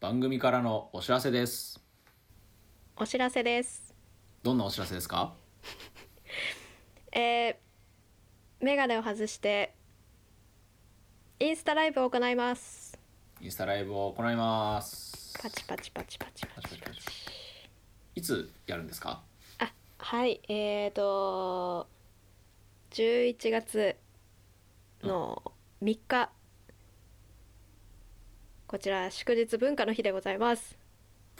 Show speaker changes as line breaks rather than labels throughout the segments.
番組からのお知らせです
お知らせです
どんなお知らせですか
えー、メガネを外してインスタライブを行います
インスタライブを行います
パチパチパチパチパチ
パチパチパチいつやるんですか
あはいえーと11月の3日、こちら祝日文化の日でございます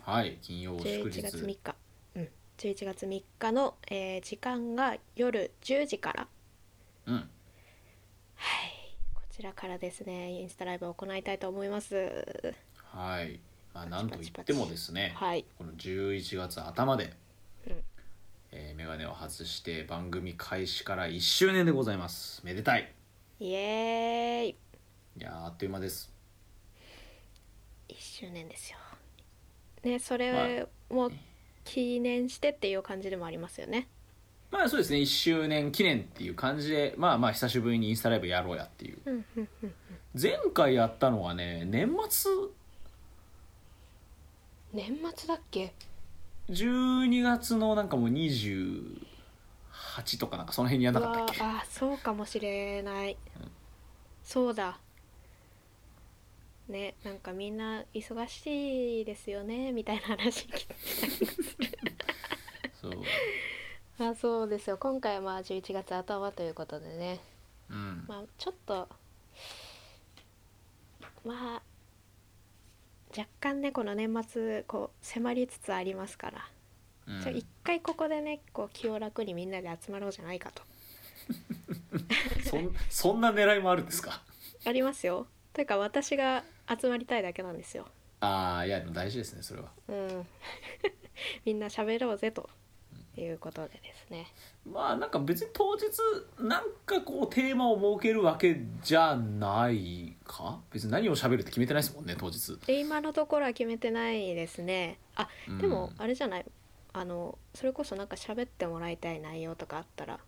はい金曜祝日
11月3日うん11月3日の、えー時間が夜10時から
うん
はいこちらからですねインスタライブを行いたいと思います
はいまあ
パチパチ
なんといってもですね
はい
この11月頭で、
うん
えー、メガネを外して番組開始から1周年でございますめでたい
イエーイ
いやーあっという間です
1周年ですよねそれも記念してっていう感じでもありますよね
まあそうですね1周年記念っていう感じでまあまあ久しぶりにインスタライブやろうやっていう
うんうんうん
前回やったのはね年末
年末だっけ
12月のなんかもう28とかなんかその辺にやんなかったっけ
うわーあーそうかもしれない、そうだねなんかみんな忙しいですよねみたいな話
そう
あそうですよ今回はまあ11月頭ということでね
うん
まあちょっとまあ若干ねこの年末こう迫りつつありますから、
うん
ちょ一回ここでねこう気を楽にみんなで集まろうじゃないかと
そんそんな狙いもあるんですか
ありますよというか私が集まりたいだけなんですよ
ああいやでも大事ですねそれは
うん みんな喋ろうぜということでですね
まあなんか別に当日なんかこうテーマを設けるわけじゃないか別に何を喋るって決めてないですもんね当日
で今のところは決めてないですねあでも
うん
あれじゃない、あのそれこそなんか喋ってもらいたい内容とかあったら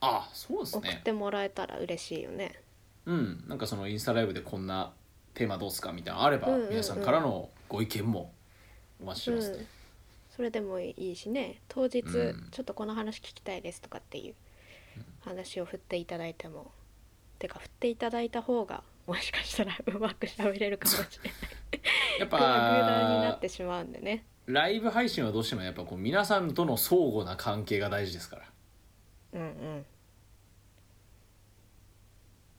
ああそうです
送
ね
ってもらえたら嬉しいよね
うんなんかそのインスタライブでこんなテーマどうっすかみたいなのあれば、
うんうんうん
皆さんからのご意見もお待ちしてますね、
うんそれでもいいしね当日
うん
ちょっとこの話聞きたいですとかっていう話を振っていただいてもてか振っていただいた方がもしかしたら うまく喋れるかもしれない
やっ
グダグダにな
ぱ
ってしまうんでね
ライブ配信はどうしてもやっぱこう皆さんとの相互な関係が大事ですから
うんうん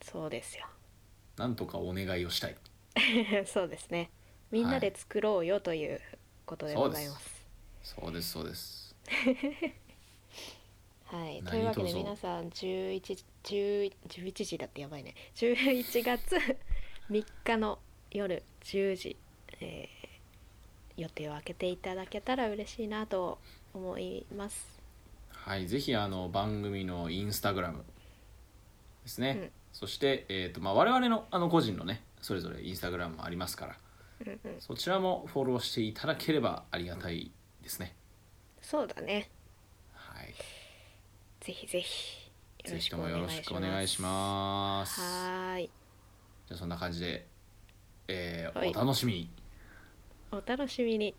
そうですよ
なんとかお願いをしたい
そうですねみんなで作ろうよということでございます、
そうですそうです
はい、
何
というわけで
卒
皆さん11時10 11時だってやばいね11月 3日の夜10時、えー予定を空けていただけたら嬉しいなと思います
はいぜひあの番組のインスタグラムですね、
うん
そして、えーとまあ、我々のあの個人のねそれぞれインスタグラムもありますから
うんうん
そちらもフォローしていただければありがたいですね
そうだね
はい
ぜひぜひよ
ぜ
ろ
ひ
し
と
くお
もよ
願
ろ
い
し
し
く
ま
お
す
願いします
はーい
じゃあそんな感じで、えー
はい
お楽しみに
お楽しみに